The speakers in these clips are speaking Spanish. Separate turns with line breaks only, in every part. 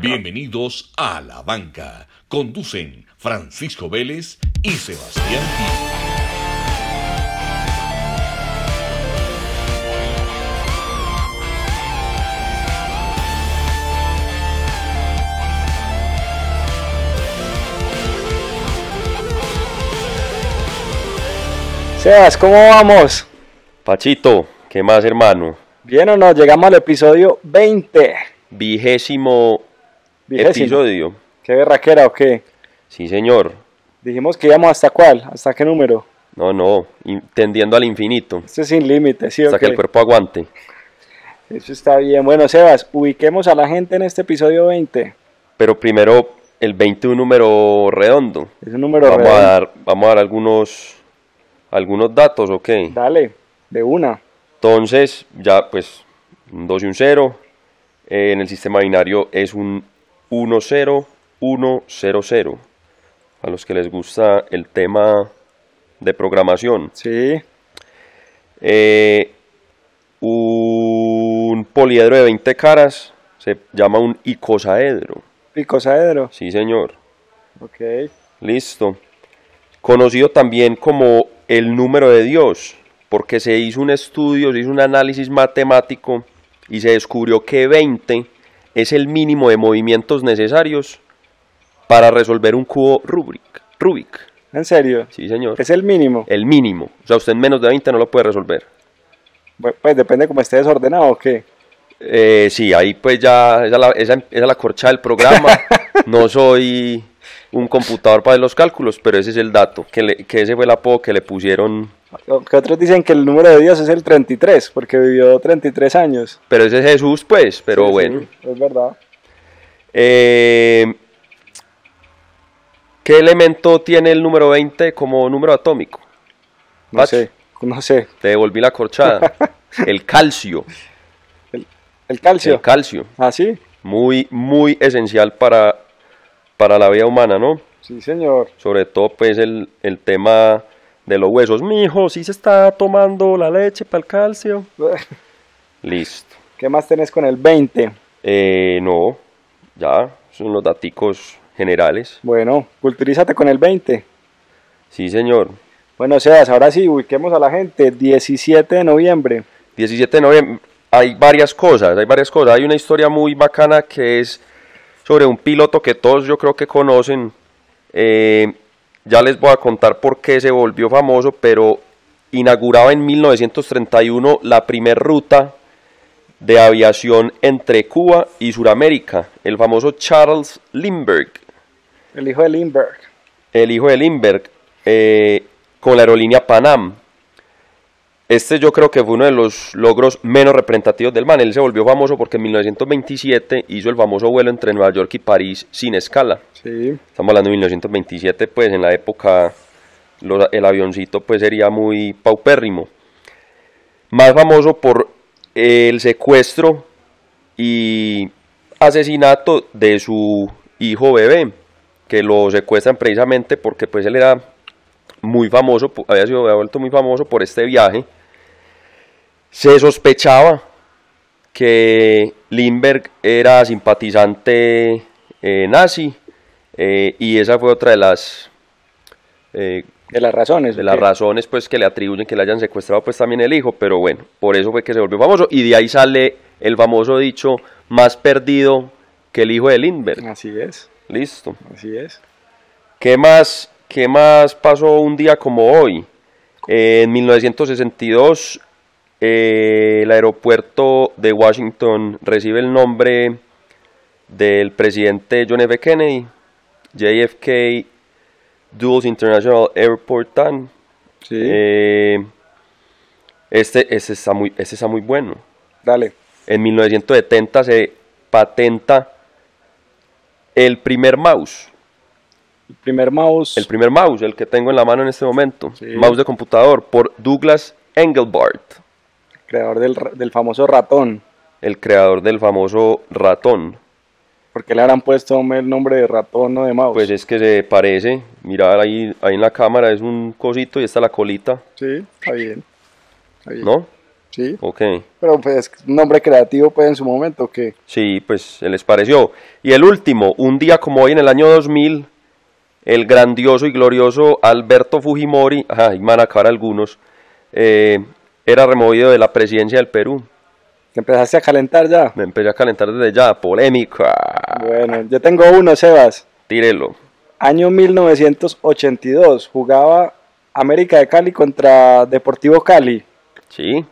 Bienvenidos a La Banca. Conducen Francisco Vélez y Sebastián Pi.
Sebas, ¿cómo vamos?
Pachito, ¿qué más hermano?
¿Bien o no? Llegamos al episodio 20.
Vigésimo,
Vigésimo.
episodio.
¿Qué berraquera o qué?
Sí, señor.
Dijimos que íbamos hasta cuál, hasta qué número.
No, no, in- tendiendo al infinito.
Esto es sin límite, ¿sí o
Hasta que el
qué?
cuerpo aguante.
Eso está bien. Bueno, Sebas, ubiquemos a la gente en este episodio 20.
Pero primero, el 21 número redondo.
Es un número
Vamos a
redondo.
dar, vamos a dar algunos, algunos datos, ¿ok?
Dale, de una.
Entonces, ya pues, un 2 y un 0. en el sistema binario es un 1-0, 1-0-0. A los que les gusta el tema de programación.
Sí,
Eh, un poliedro de 20 caras se llama un icosaedro.
picosaedro.
Sí, señor.
Ok.
Listo. Conocido también como el número de Dios, porque se hizo un estudio, se hizo un análisis matemático y se descubrió que 20 es el mínimo de movimientos necesarios para resolver un cubo Rubik. Rubik.
En serio,
Sí, señor.
es el mínimo.
El mínimo. O sea, usted en menos de 20 no lo puede resolver.
Bu- Pues depende cómo esté desordenado o qué.
Eh, sí, ahí pues ya, esa es la, esa, esa es la corcha del programa. No soy un computador para hacer los cálculos, pero ese es el dato, que, le- que ese fue el apodo que le pusieron,
O- Que otros dicen que el número de Dios es el 33, porque vivió 33 años.
pero ese es Jesús pues, pero
Sí, sí,
bueno.
es verdad.
Eh, ¿Qué elemento tiene el número 20 como número atómico?
No
Pach.
sé, no sé.
Te devolví la corchada. El calcio,
El calcio.
el calcio,
¿Ah, sí?
muy, muy esencial para, para la vida humana, ¿no?
Sí, señor.
Sobre todo, pues, el, el tema de los huesos. Mijo, si se está tomando la leche para el calcio. Listo.
¿Qué más tenés con el 20?
Eh, no, ya, son los daticos generales.
Bueno, culturízate con el 20.
Sí, señor.
Bueno, Sebas, ahora sí, ubiquemos a la gente. 17 de noviembre.
17 de noviembre. Hay varias cosas, hay varias cosas. Hay una historia muy bacana que es sobre un piloto que todos yo creo que conocen. Eh, ya les voy a contar por qué se volvió famoso, pero inauguraba en 1931 la primer ruta de aviación entre Cuba y Sudamérica, el famoso Charles Lindbergh
El hijo de Lindbergh.
el hijo de Lindbergh, eh, con la aerolínea Panam. Este yo creo que fue uno de los logros menos representativos del man. Él se volvió famoso porque en 1927 hizo el famoso vuelo entre Nueva York y París sin escala.
Sí.
Estamos hablando de 1927, pues en la época los- el avioncito pues sería muy paupérrimo. Más famoso por el secuestro y asesinato de su hijo bebé, que lo secuestran precisamente porque pues él era muy famoso, po- había sido había vuelto muy famoso por este viaje. Se sospechaba que Lindbergh era simpatizante eh, nazi eh, y esa fue otra de las eh,
De las razones.
de
¿o
las
qué?
razones pues que le atribuyen que le hayan secuestrado pues también el hijo pero bueno por eso fue que se volvió famoso y de ahí sale el famoso dicho más perdido que el hijo de Lindbergh
Así es,
listo
así es.
¿Qué más, qué más pasó un día como hoy? Eh, en 1962, eh, el aeropuerto de Washington recibe el nombre del presidente John F. Kennedy, JFK Dulles International Airport TAN.
Sí.
Eh, este, este está muy, este está muy bueno.
Dale.
En 1970 se patenta el primer mouse.
El primer mouse.
El primer mouse, el que tengo en la mano en este momento,
Sí.
mouse de computador, por Douglas Engelbart,
creador del, ra- del famoso ratón.
el creador del famoso ratón.
Porque le habrán puesto hombre, el nombre de ratón o de mouse.
Pues es que se parece, mirar ahí, ahí en la cámara es un cosito y está la colita,
Sí, está bien. Está bien.
¿no?
Sí.
Ok.
Pero pues un nombre creativo pues en su momento que
Sí, pues se les pareció. Y el último, un día como hoy en el año 2000, el grandioso y glorioso Alberto Fujimori, ay, manacar algunos, eh, era removido de la presidencia del Perú.
que empezaste a calentar ya.
Me empecé a calentar desde ya, polémica.
Bueno, yo tengo uno, Sebas.
Tírelo.
Año 1982 jugaba América de Cali contra Deportivo Cali.
Sí,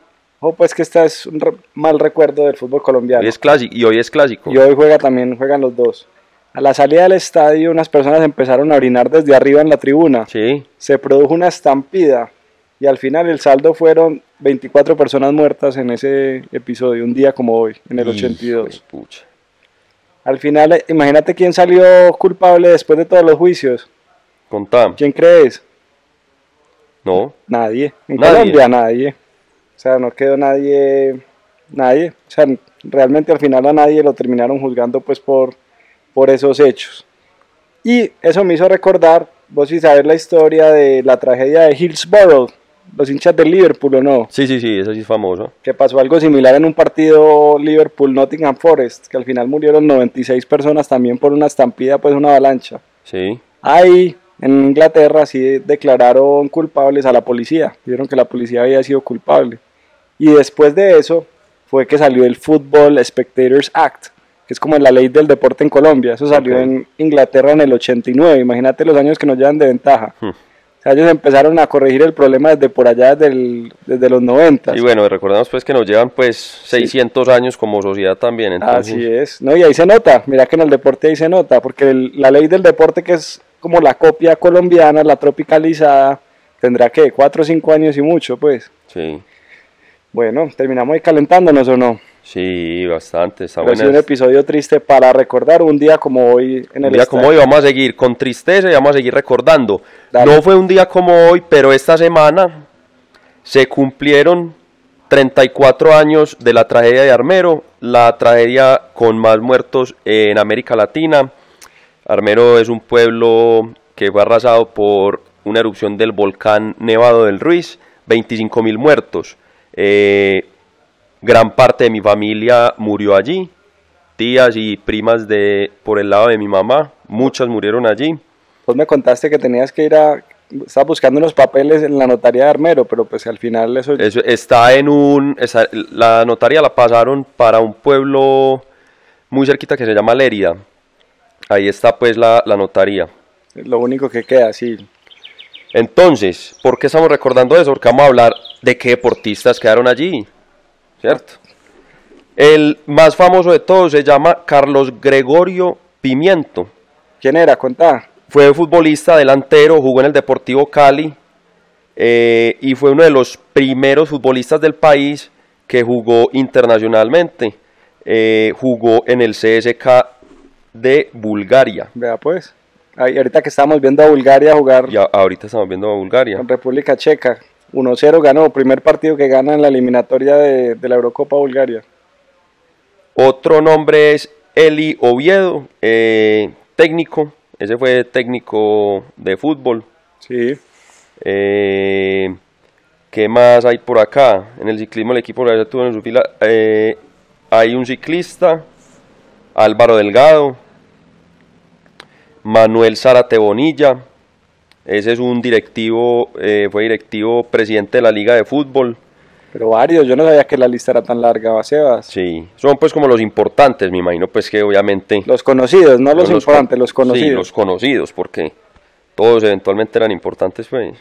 Ojo pues que este es un re- mal recuerdo del fútbol colombiano.
hoy es clásico. Y hoy es clásico.
Y hoy juega también, juegan los dos. A la salida del estadio, unas personas empezaron a orinar desde arriba en la tribuna.
Sí,
Se produjo una estampida y al final el saldo fueron 24 personas muertas en ese episodio, un día como hoy, en el
Hijo de
82.
pucha.
Al final, eh, imagínate quién salió culpable después de todos los juicios.
Contá.
¿Quién crees?
No,
Nadie. En
Nadie.
Colombia, nadie. O sea, no quedó nadie, nadie. O sea, realmente al final a nadie lo terminaron juzgando pues por, por esos hechos. Y eso me hizo recordar, vos si sabes la historia de la tragedia de Hillsborough, los hinchas de Liverpool o no,
sí, sí, sí, esa sí es famosa.
que pasó algo similar en un partido Liverpool-Nottingham Forest, que al final murieron 96 personas también por una estampida, pues una avalancha.
Sí,
Ahí, en Inglaterra, sí declararon culpables a la policía. Dijeron que la policía había sido culpable. Y después de eso fue que salió el Football Spectators Act, que es como la ley del deporte en Colombia. Eso salió
Ok.
en Inglaterra en el 89. Imagínate los años que nos llevan de ventaja.
Hmm.
O sea, ellos empezaron a corregir el problema desde por allá, desde, el- desde los 90.
y bueno, recordemos pues que nos llevan pues 600 años como sociedad también, entonces
Así es, no, y ahí se nota, mira que en el deporte ahí se nota, porque el- la ley del deporte que es como la copia colombiana, la tropicalizada, tendrá que cuatro o cinco años y mucho, pues.
sí,
Bueno, terminamos ahí calentándonos o no.
sí, bastante, está
Pero sí, un
buena.
episodio triste para recordar un día como hoy en
Un
el
día como
estadio.
hoy vamos a seguir con tristeza y vamos a seguir recordando.
Dale.
No fue un día como hoy, pero esta semana se cumplieron 34 años de la tragedia de Armero, la tragedia con más muertos en América Latina. Armero es un pueblo que fue arrasado por una erupción del volcán Nevado del Ruiz, 25 mil muertos. Eh, gran parte de mi familia murió allí, tías y primas de por el lado de mi mamá, muchas murieron allí.
Vos me contaste que tenías que ir a... Estabas buscando unos papeles en la notaría de Armero, pero pues al final eso...
Eso está en un. está- la notaría la pasaron para un pueblo muy cerquita que se llama Lérida. Ahí está pues la, la notaría.
es lo único que queda, sí.
Entonces, ¿por qué estamos recordando eso? Porque vamos a hablar de qué deportistas quedaron allí. ¿Cierto? El más famoso de todos se llama Carlos Gregorio Pimiento.
¿Quién era? Contá.
Fue futbolista delantero, jugó en el Deportivo Cali eh, y fue uno de los primeros futbolistas del país que jugó internacionalmente. Eh, jugó en el CSK de Bulgaria.
Vea pues. Ahí- ahorita que estábamos viendo a Bulgaria jugar...
Y a- ahorita estamos viendo a Bulgaria.
con República Checa. 1-0 ganó, primer partido que gana en la eliminatoria de, de la Eurocopa Bulgaria.
Otro nombre es Eli Oviedo, eh, técnico. Ese fue técnico de fútbol.
Sí.
Eh, ¿Qué más hay por acá? En el ciclismo el equipo ya tuvo en su fila. eh, hay un ciclista, Álvaro Delgado, Manuel Zárate Bonilla. Ese es un directivo, eh, fue directivo presidente de la Liga de Fútbol.
Pero varios, yo no sabía que la lista era tan larga, va, Sebas.
Sí, son pues como los importantes, me imagino pues que obviamente...
Los conocidos, no los,
con-
importantes, los
Sí, los
conocidos.
conocidos, porque todos eventualmente eran importantes, pues.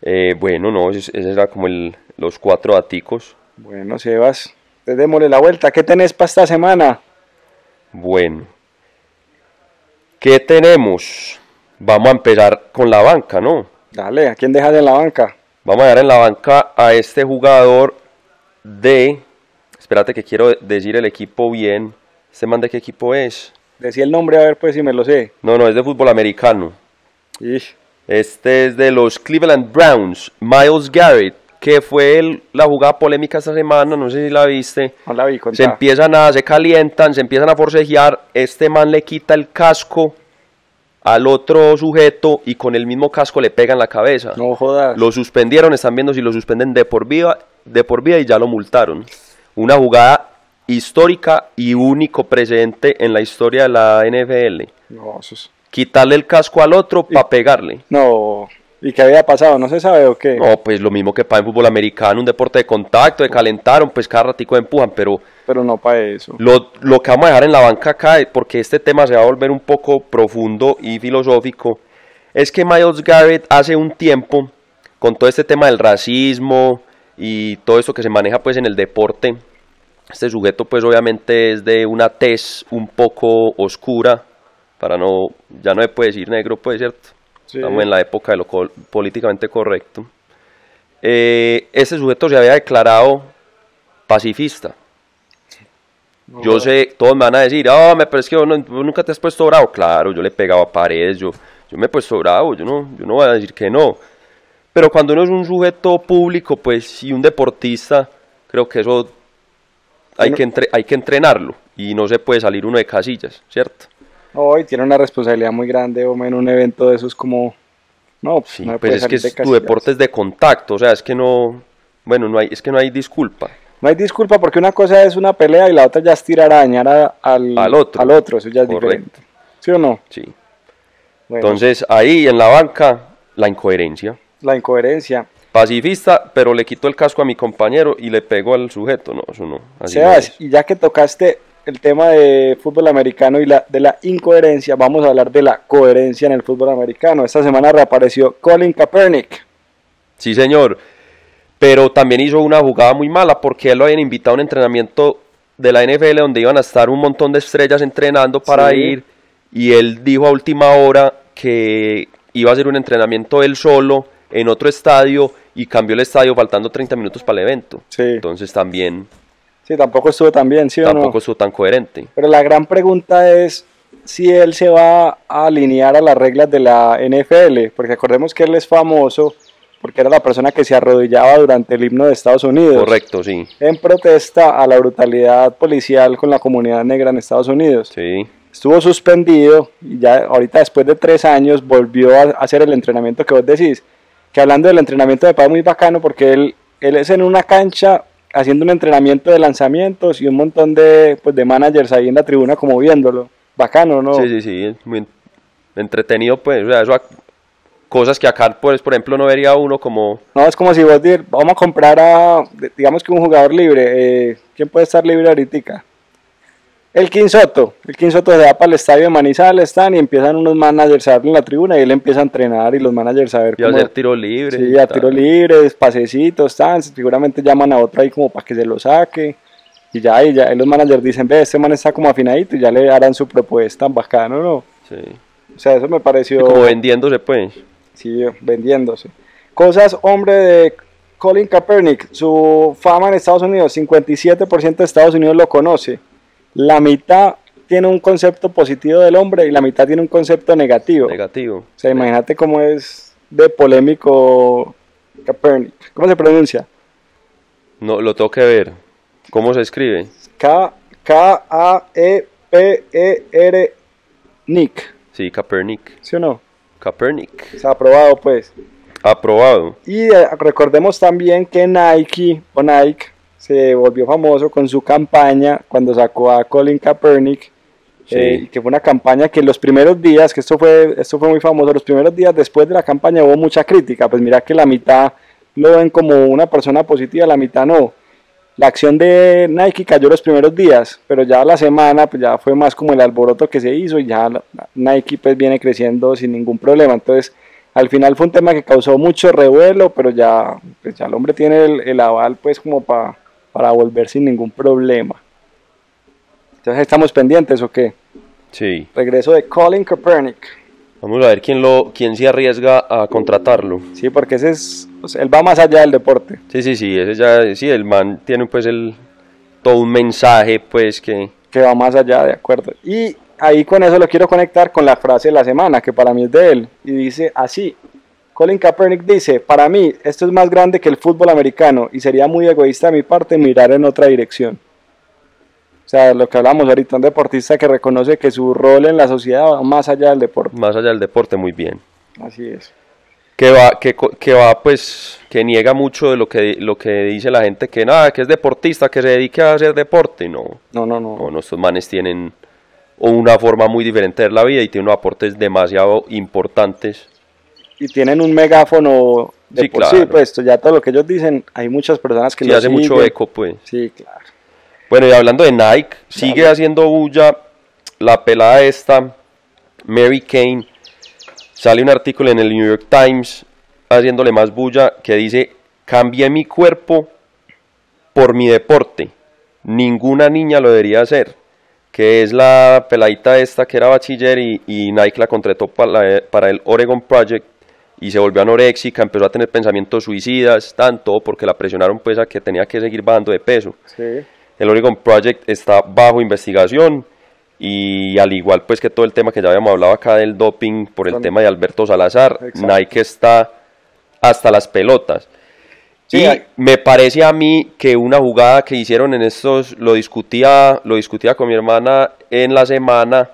Eh, bueno, no, ese, ese era como el, los cuatro daticos.
Bueno, Sebas, te démosle la vuelta. ¿Qué tenés para esta semana?
Bueno. ¿Qué tenemos? Vamos a empezar con la banca, ¿no?
Dale, ¿a quién dejas en la banca?
Vamos a dar en la banca a este jugador de... Espérate que quiero decir el equipo bien. ¿Este man de qué equipo es?
Decí el nombre a ver pues si me lo sé.
No, no, es de fútbol americano.
Y
Este es de los Cleveland Browns, Miles Garrett, que fue el- la jugada polémica esta semana, no sé si la viste.
no la vi,
Se
contá.
empiezan a, se calientan, se empiezan a forcejear, este man le quita el casco al otro sujeto y con el mismo casco le pegan la cabeza.
No jodas.
Lo suspendieron, están viendo si lo suspenden de por vida, de por vida y ya lo multaron. Una jugada histórica y único presente en la historia de la NFL.
No, eso es-
Quitarle el casco al otro para pegarle.
No. ¿Y qué había pasado? ¿No se sabe o qué?
No, pues lo mismo que para el fútbol americano, un deporte de contacto, de calentaron, pues cada ratico empujan, pero
Pero no para eso.
Lo, lo que vamos a dejar en la banca acá, eh, porque este tema se va a volver un poco profundo y filosófico, es que Miles Garrett hace un tiempo, con todo este tema del racismo y todo esto que se maneja pues en el deporte, este sujeto pues obviamente es de una tez un poco oscura, para no, ya no se puede decir negro pues, ¿cierto?
Sí.
Estamos en la época de lo col- políticamente correcto. Eh, este sujeto se había declarado pacifista.
No
Yo
jodas.
sé, todos me van a decir, ah, me parece que vos, no- vos nunca te has puesto bravo. Claro, yo le pegaba a paredes, yo, yo me he puesto bravo, yo no, yo no voy a decir que no. Pero cuando uno es un sujeto público, pues, y un deportista, creo que eso hay,
Uno-
que, entre- hay que entrenarlo y no se puede salir uno de casillas, ¿cierto?
No, y tiene una responsabilidad muy grande, hombre, en un evento de esos como... No, pues,
Sí,
no se
pues
puede
es que
salir de
es- tu
casillas.
deporte es de contacto, o sea, es que no, bueno, no hay, es que no hay disculpa.
No hay disculpa porque una cosa es una pelea y la otra ya es tirar a dañar a- al,
Al otro.
eso ya es
Correcto.
diferente. ¿Sí o no?
Sí.
Bueno,
Entonces, ahí en la banca, la incoherencia.
la incoherencia.
pacifista, pero le quito el casco a mi compañero y le pego al sujeto. No, eso no. Así no
Sebas,
es.
y ya que tocaste el tema de fútbol americano y la, de la incoherencia, vamos a hablar de la coherencia en el fútbol americano. Esta semana reapareció Colin Kaepernick.
Sí, señor. Pero también hizo una jugada muy mala porque él lo habían invitado a un entrenamiento de la NFL donde iban a estar un montón de estrellas entrenando para
Sí.
ir. Y él dijo a última hora que iba a hacer un entrenamiento él solo en otro estadio y cambió el estadio faltando 30 minutos para el evento.
Sí.
Entonces también
Sí, tampoco estuvo tan bien, ¿sí o no?
tampoco estuvo tan coherente.
Pero la gran pregunta es si él se va a alinear a las reglas de la NFL, porque acordemos que él es famoso porque era la persona que se arrodillaba durante el himno de Estados Unidos
Correcto, sí.
en protesta a la brutalidad policial con la comunidad negra en Estados Unidos.
Sí.
Estuvo suspendido y ya ahorita después de tres años volvió a hacer el entrenamiento que vos decís. Que hablando del entrenamiento me parece muy bacano porque él, él es en una cancha haciendo un entrenamiento de lanzamientos y un montón de, pues, de managers ahí en la tribuna como viéndolo. Bacano, ¿no?
Sí, sí, sí, es muy en- entretenido, pues, o sea, eso ac- cosas que acá, pues, por ejemplo, no vería uno como,
No, es como si vos dir, vamos a comprar a, de- digamos que un jugador libre, eh, ¿quién puede estar libre ahorita? El Quinsoto, el Quinsoto se va para el estadio de Manizales, están y empiezan unos managers a darle en la tribuna y él empieza a entrenar y los managers a ver
y hacer
cómo...
tiro libre.
Sí,
y
a
tal.
tiro libres, pasecitos, tan, seguramente llaman a otro ahí como para que se lo saque y ya, y ya, y los managers dicen, ve, este man está como afinadito y ya le harán su propuesta, bacano, ¿no?
Sí.
O sea, eso me
Y
pareció...
como vendiéndose, pues.
Sí, vendiéndose. Cosas, hombre, de Colin Kaepernick. Su fama en Estados Unidos, 57% de Estados Unidos lo conoce. La mitad tiene un concepto positivo del hombre y la mitad tiene un concepto negativo.
Negativo.
O sea, imagínate cómo es de polémico Kaepernick. ¿Cómo se pronuncia?
No, lo tengo que ver. ¿Cómo se escribe?
K-A-E-P-E-R Nick.
Sí, Kaepernick.
¿Sí o no?
Kaepernick.
Se ha aprobado, pues.
Aprobado.
Y eh, recordemos también que Nike o Nike se volvió famoso con su campaña cuando sacó a Colin Kaepernick,
Sí.
eh, que fue una campaña que en los primeros días, que esto fue, esto fue muy famoso, los primeros días después de la campaña hubo mucha crítica, pues mira que la mitad lo ven como una persona positiva, la mitad no. La acción de Nike cayó los primeros días, pero ya la semana pues ya fue más como el alboroto que se hizo y ya la- Nike pues viene creciendo sin ningún problema. Entonces, al final fue un tema que causó mucho revuelo, pero ya, pues, ya el hombre tiene el, el aval pues como pa- para volver sin ningún problema. Entonces estamos pendientes o qué?
Sí.
Regreso de Colin Kaepernick.
Vamos a ver quién, lo, quién se arriesga a contratarlo.
Sí, porque ese es, o sea, él va más allá del deporte.
Sí, sí, sí, ese ya, sí, el man tiene pues el, todo un mensaje pues que,
que va más allá, de acuerdo. Y ahí con eso lo quiero conectar con la frase de la semana, que para mí es de él, y dice así. Colin Kaepernick dice, para mí esto es más grande que el fútbol americano y sería muy egoísta de mi parte mirar en otra dirección. O sea, lo que hablamos ahorita, un deportista que reconoce que su rol en la sociedad va más allá del deporte.
Más allá del deporte, muy bien.
Así es.
Que va, que, co- que va, pues, que niega mucho de lo que, lo que dice la gente que nada, que es deportista, que se dedique a hacer deporte. No,
No, no, no.
no, no, estos manes tienen o una forma muy diferente de ver la vida y tienen unos aportes demasiado importantes.
Y tienen un megáfono de
Sí,
por sí,
claro.
pues ya todo lo que ellos dicen, hay muchas personas que
Y
lo
hace mucho
siguen.
eco, pues.
Sí, claro.
Bueno, y hablando de Nike, sigue haciendo bulla la pelada esta, Mary Kane. Sale un artículo en el New York Times haciéndole más bulla que dice, cambié mi cuerpo por mi deporte. Ninguna niña lo debería hacer. Que es la peladita esta que era bachiller y, y Nike la contrató para, la- para el Oregon Project y se volvió anoréxica, empezó a tener pensamientos suicidas, tanto porque la presionaron pues a que tenía que seguir bajando de peso.
Sí.
El Oregon Project está bajo investigación y al igual pues que todo el tema que ya habíamos hablado acá del doping por el
Con-
tema de Alberto Salazar,
Exacto.
Nike está hasta las pelotas.
Sí,
y
hay-
me parece a mí que una jugada que hicieron en estos, lo discutía, lo discutía con mi hermana en la semana,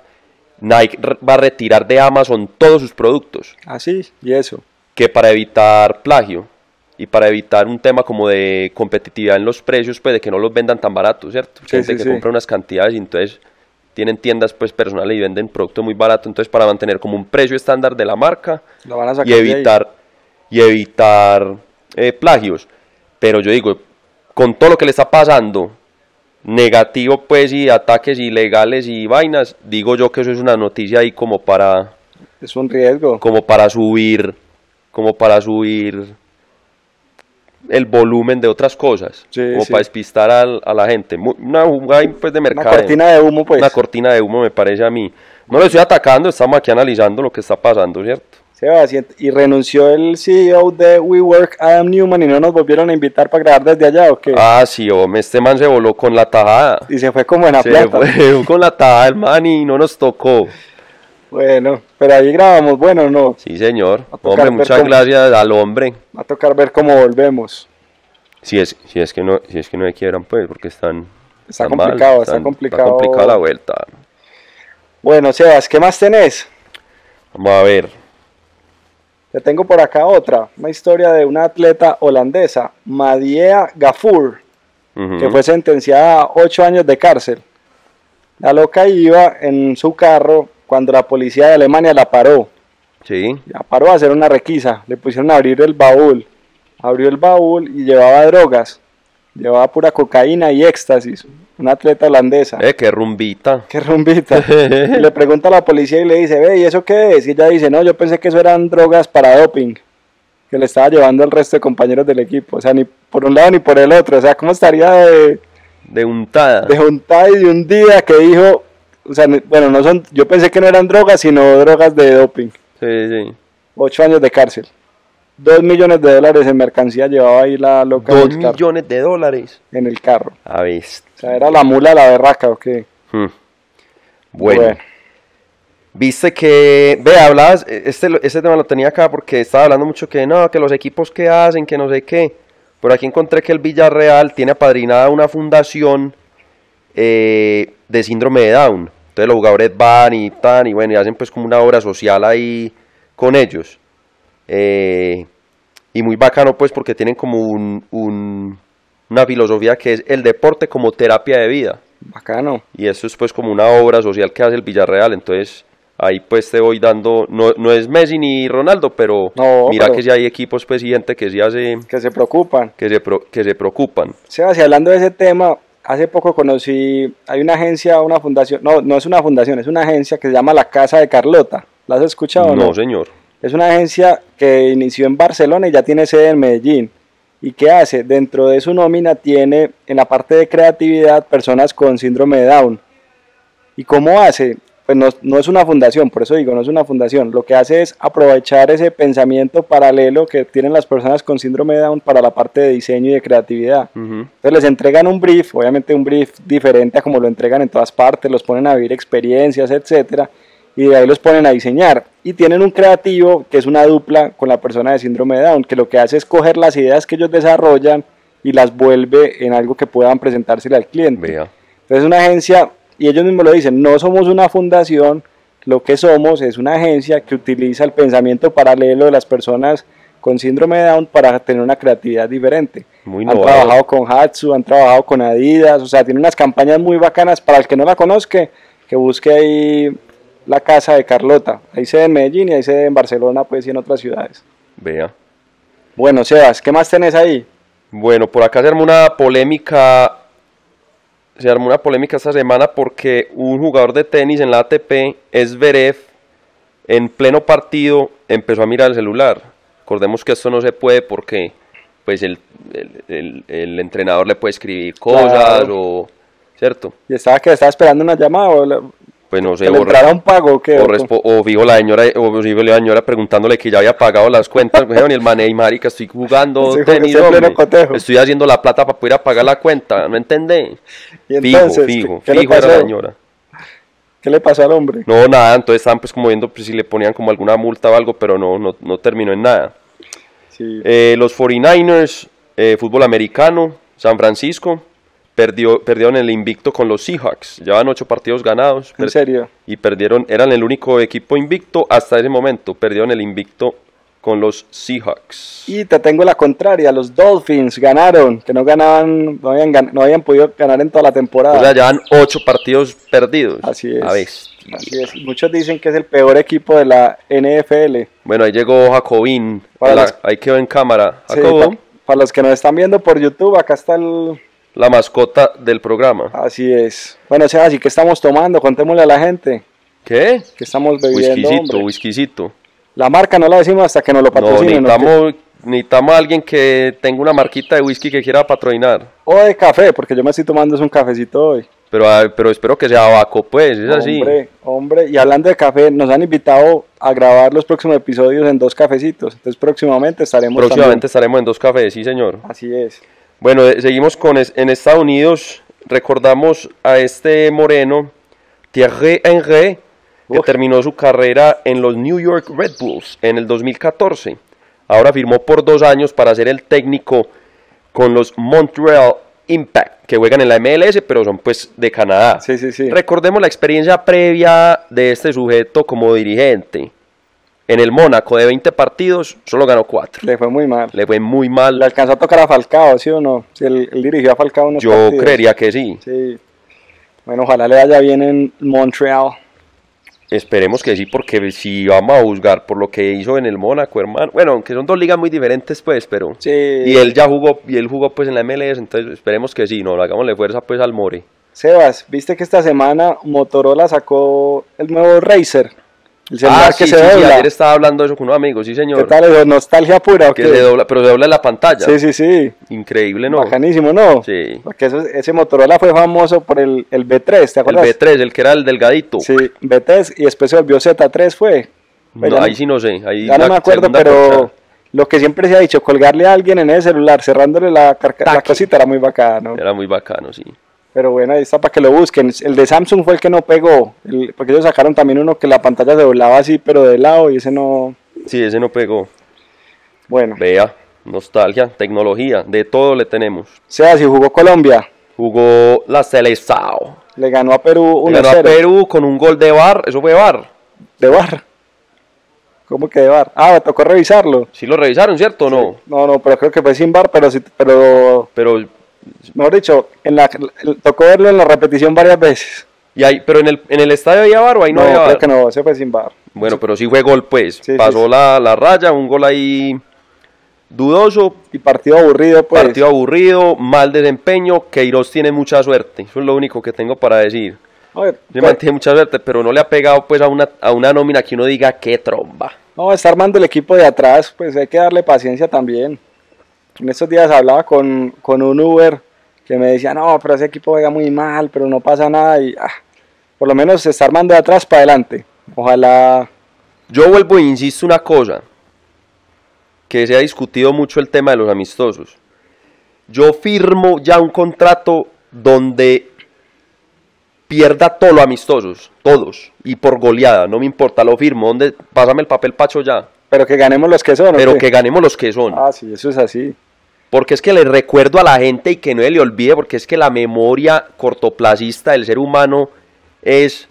Nike re- va a retirar de Amazon todos sus productos,
Así, y eso.
que para evitar plagio y para evitar un tema como de competitividad en los precios, pues de que no los vendan tan baratos, ¿cierto?
Sí,
Gente
sí,
que
sí.
compra unas cantidades y entonces tienen tiendas pues personales y venden producto muy barato, entonces para mantener como un precio estándar de la marca
Lo van a sacar
y
de ahí.
evitar y evitar eh, plagios. Pero yo digo, con todo lo que le está pasando, negativo pues y ataques ilegales y vainas, digo yo que eso es una noticia ahí como para
Es un riesgo.
como para subir, como para subir el volumen de otras cosas,
Sí,
como
sí.
para despistar al- a la gente. Mu- Una jugada pues de
Una
mercado.
cortina de humo, pues.
Una cortina de humo me parece a mí. No lo estoy atacando, estamos aquí analizando lo que está pasando, ¿cierto?
Sebas, y- y renunció el CEO de WeWork, Adam Newman, y no nos volvieron a invitar para grabar desde allá, ¿o qué?
Ah, sí, hombre, este man se voló con la tajada.
Y se fue como en la
Se
plata.
fue con la tajada el man y no nos tocó.
Bueno, pero ahí grabamos, bueno, no.
Sí, señor.
Va a tocar
Hombre,
ver
muchas
cómo-
gracias al hombre.
Va a tocar ver cómo volvemos.
Si es, si es que no, si es que no me quieran, pues, porque están.
Está
están mal,
complicado, está
están-
complicado.
Está complicada la vuelta.
Bueno, Sebas, ¿qué más tenés?
Vamos a ver.
Te tengo por acá otra, una historia de una atleta holandesa, Madiea Gafur,
Ujú.
que pues- fue sentenciada a ocho años de cárcel. La loca iba en su carro cuando la policía de Alemania la paró.
Sí.
La paró a hacer una requisa, le pusieron a abrir el baúl. Abrió el baúl y llevaba drogas. Llevaba pura cocaína y éxtasis. Una atleta holandesa.
Eh, qué rumbita.
Qué rumbita. Y le pregunta a la policía y le dice, ve, ¿y eso qué es? Y ella dice, no, yo pensé que eso eran drogas para doping. Que le estaba llevando al resto de compañeros del equipo. O sea, ni por un lado ni por el otro. O sea, ¿cómo estaría de,
De untada.
de juntada y de un día que dijo, o sea, ni- bueno, no son, yo pensé que no eran drogas, sino drogas de doping.
Sí, sí.
Ocho años de cárcel. Dos millones de dólares en mercancía llevaba ahí la loca en
Dos
el carro-
millones de dólares.
en el carro.
A ver. est-
O sea, era la mula, la berraca, ¿o qué?
Hmm. Bueno. Viste que. Ve, hablabas. eh, Este, lo- este tema lo tenía acá porque estaba hablando mucho que no, que los equipos que hacen, que no sé qué. Por aquí encontré que el Villarreal tiene apadrinada una fundación eh, de síndrome de Down. Entonces los jugadores van y tan, y bueno, y hacen pues como una obra social ahí con ellos. Eh, y muy bacano pues porque tienen como un- un- una filosofía que es el deporte como terapia de vida.
Bacano.
Y eso es pues como una obra social que hace el Villarreal. Entonces ahí pues te voy dando, no, no es Messi ni Ronaldo, pero
No,
mira
pero-
que si hay equipos pues y gente que sí hace,
Que se preocupan.
que se, pro- que se preocupan.
Sebas, y hablando de ese tema, hace poco conocí, hay una agencia, una fundación, no, no es una fundación, es una agencia que se llama La Casa de Carlota. ¿La has escuchado? o
No, señor.
Es una agencia que inició en Barcelona y ya tiene sede en Medellín. ¿Y qué hace? Dentro de su nómina tiene en la parte de creatividad personas con síndrome de Down. ¿Y cómo hace? Pues no, no es una fundación, por eso digo, no es una fundación. Lo que hace es aprovechar ese pensamiento paralelo que tienen las personas con síndrome de Down para la parte de diseño y de creatividad.
Ujú.
Entonces les entregan un brief, obviamente un brief diferente a como lo entregan en todas partes, los ponen a vivir experiencias, etcétera, y de ahí los ponen a diseñar. Y tienen un creativo que es una dupla con la persona de síndrome de Down, que lo que hace es coger las ideas que ellos desarrollan y las vuelve en algo que puedan presentársele al cliente.
Vea.
Entonces Entonces una agencia, y ellos mismos lo dicen, no somos una fundación, lo que somos es una agencia que utiliza el pensamiento paralelo de las personas con síndrome de Down para tener una creatividad diferente.
Muy
han
innovador.
trabajado con Hatsu, han trabajado con Adidas, o sea, tiene unas campañas muy bacanas para el que no la conozca, que busque ahí la casa de Carlota. Ahí se ve en Medellín y ahí se ve en Barcelona, pues y en otras ciudades.
Vea.
Bueno, Sebas, ¿qué más tenés ahí?
Bueno, por acá se armó una polémica. Se armó una polémica esta semana porque un jugador de tenis en la ATP, Esverev, en pleno partido empezó a mirar el celular. Recordemos que esto no se puede porque pues el, el- el- el entrenador le puede escribir cosas
Claro.
o. ¿Cierto?
¿Y estaba que estaba esperando una llamada o, la-
Pues no sé.
que le
o re-
entrara un pago o qué?
o, respo- o fijo la señora, o fijo la señora preguntándole que ya había pagado las cuentas, weón, y el mané y marica, estoy jugando
Sí, porque
tenis,
siempre
hombre.
lo cotejo.
estoy haciendo la plata para poder pagar la cuenta, ¿no entendés?
Y
Fijo,
entonces,
fijo,
¿qué- qué le
fijo era la
pasó?
señora.
¿Qué le pasó al hombre?
No, nada, entonces estaban pues como viendo pues, si le ponían como alguna multa o algo, pero no, no, no terminó en nada.
Sí.
Eh, los 49ers, eh, fútbol americano, San Francisco, perdió, perdieron el invicto con los Seahawks, llevan ocho partidos ganados.
en
per-
serio.
y perdieron, eran el único equipo invicto hasta ese momento, perdieron el invicto con los Seahawks.
Y te tengo la contraria, los Dolphins ganaron, que no ganaban, no habían, gan- no habían podido ganar en toda la temporada.
O sea, ya van ocho partidos perdidos.
Así es.
A bestia.
Así es. Muchos dicen que es el peor equipo de la NFL.
Bueno, ahí llegó Jacobín.
Para
Hola,
las-
Ahí quedó en cámara.
Sí,
Jacobo,
pa- para los que nos están viendo por YouTube, acá está el...
la mascota del programa.
Así es. Bueno, o sea, así que estamos tomando, contémosle a la gente
¿Qué?
que estamos bebiendo,
Whiskycito,
hombre.
whiskycito.
La marca no la decimos hasta que nos lo
No,
patrocinen. ¿o qué?
necesitamos, necesitamos a alguien que tenga una marquita de whisky que quiera patrocinar.
o de café, porque yo me estoy tomando es un cafecito hoy.
Pero, ah, pero espero que sea Baco, pues, es así.
Hombre, hombre, y hablando de café, nos han invitado a grabar los próximos episodios en dos cafecitos. Entonces próximamente estaremos
Próximamente estaremos en dos cafés, sí, señor.
también. Así es.
Bueno, eh, seguimos con es- en Estados Unidos. Recordamos a este moreno, Thierry Henry, que
Uf.
terminó su carrera en los New York Red Bulls en el 2014. Ahora firmó por dos años para ser el técnico con los Montreal Impact, que juegan en la MLS, pero son pues de Canadá.
Sí, sí, sí.
Recordemos la experiencia previa de este sujeto como dirigente. En el Mónaco de 20 partidos, solo ganó 4.
Le fue muy mal.
Le fue muy mal.
Le alcanzó a tocar a Falcao, ¿sí o no? Si él, él dirigió a Falcao unos
Yo
partidos.
creería que sí.
Sí. Bueno, ojalá le vaya bien en Montreal.
Esperemos que sí, porque si vamos a juzgar por lo que hizo en el Mónaco, hermano. Bueno, aunque son dos ligas muy diferentes, pues, pero.
Sí.
Y él ya jugó, y él jugó pues en la MLS, entonces esperemos que sí, no, hagámosle fuerza pues al More.
Sebas, viste que esta semana Motorola sacó el nuevo Razer. El celular
ah, sí,
que se
sí, sí,
dobla.
ayer estaba hablando eso con unos amigos, sí
¿Qué
señor.
tal eso? Nostalgia pura, ¿o
Que
qué?
se dobla, pero se dobla la pantalla.
Sí, sí, sí.
Increíble, ¿no?
Bacanísimo, ¿no?
Sí.
Porque eso- ese Motorola fue famoso por el, el B3, ¿te
El
acuerdas?
B3, el que era el delgadito.
Sí, B3 y después se volvió Z3 fue.
No,
Pues ya no-
ahí sí no sé. Ahí
ya no
la
me acuerdo,
segunda
pero
corta.
lo que siempre se ha dicho, colgarle a alguien en el celular, cerrándole la, carca- la
Taque.
cosita era muy bacano.
Era muy bacano, sí.
Pero bueno, ahí está para que lo busquen. El de Samsung fue el que no pegó, el- porque ellos sacaron también uno que la pantalla se doblaba así, pero de lado y ese no...
Sí, ese no pegó.
Bueno,
Vea, nostalgia, tecnología, de todo le tenemos.
sea, si jugó Colombia,
Jugó la Selecao.
le ganó a Perú
Ganó a
1-0.
Perú con un gol de bar, eso fue bar.
De bar. ¿Cómo que de bar? Ah, me tocó revisarlo.
Sí lo revisaron, ¿cierto o no?
No, no, pero creo que fue sin bar, pero sí, pero
Pero
mejor dicho, en la, el- tocó verlo en la repetición varias veces.
y ahí, pero en el en el estadio había bar o ahí no,
No,
había
creo
bar.
que no, ese fue sin bar.
Bueno, pero sí fue gol pues.
Sí, sí,
Pasó
sí.
La, la raya, un gol ahí dudoso,
Y partido aburrido, pues.
partido aburrido, mal desempeño, Queiroz tiene mucha suerte. Eso es lo único que tengo para decir.
A ver,
Se
pues,
mantiene mucha suerte, pero no le ha pegado pues a una a una nómina que uno diga qué tromba.
no, está armando el equipo de atrás, pues hay que darle paciencia también. En estos días hablaba con, con un Uber que me decía, no, pero ese equipo juega muy mal, pero no pasa nada. Y ah, por lo menos se está armando de atrás para adelante. Ojalá.
Yo vuelvo e insisto una cosa, que se ha discutido mucho el tema de los amistosos. Yo firmo ya un contrato donde pierda todos los amistosos, todos, y por goleada, no me importa, lo firmo, donde, pásame el papel pacho ya,
Pero que ganemos los que son. ¿o
pero
qué?
que ganemos los que son.
Ah, sí, eso Ah, es así.
porque es que le recuerdo a la gente y que no se le olvide, porque es que la memoria cortoplacista del ser humano es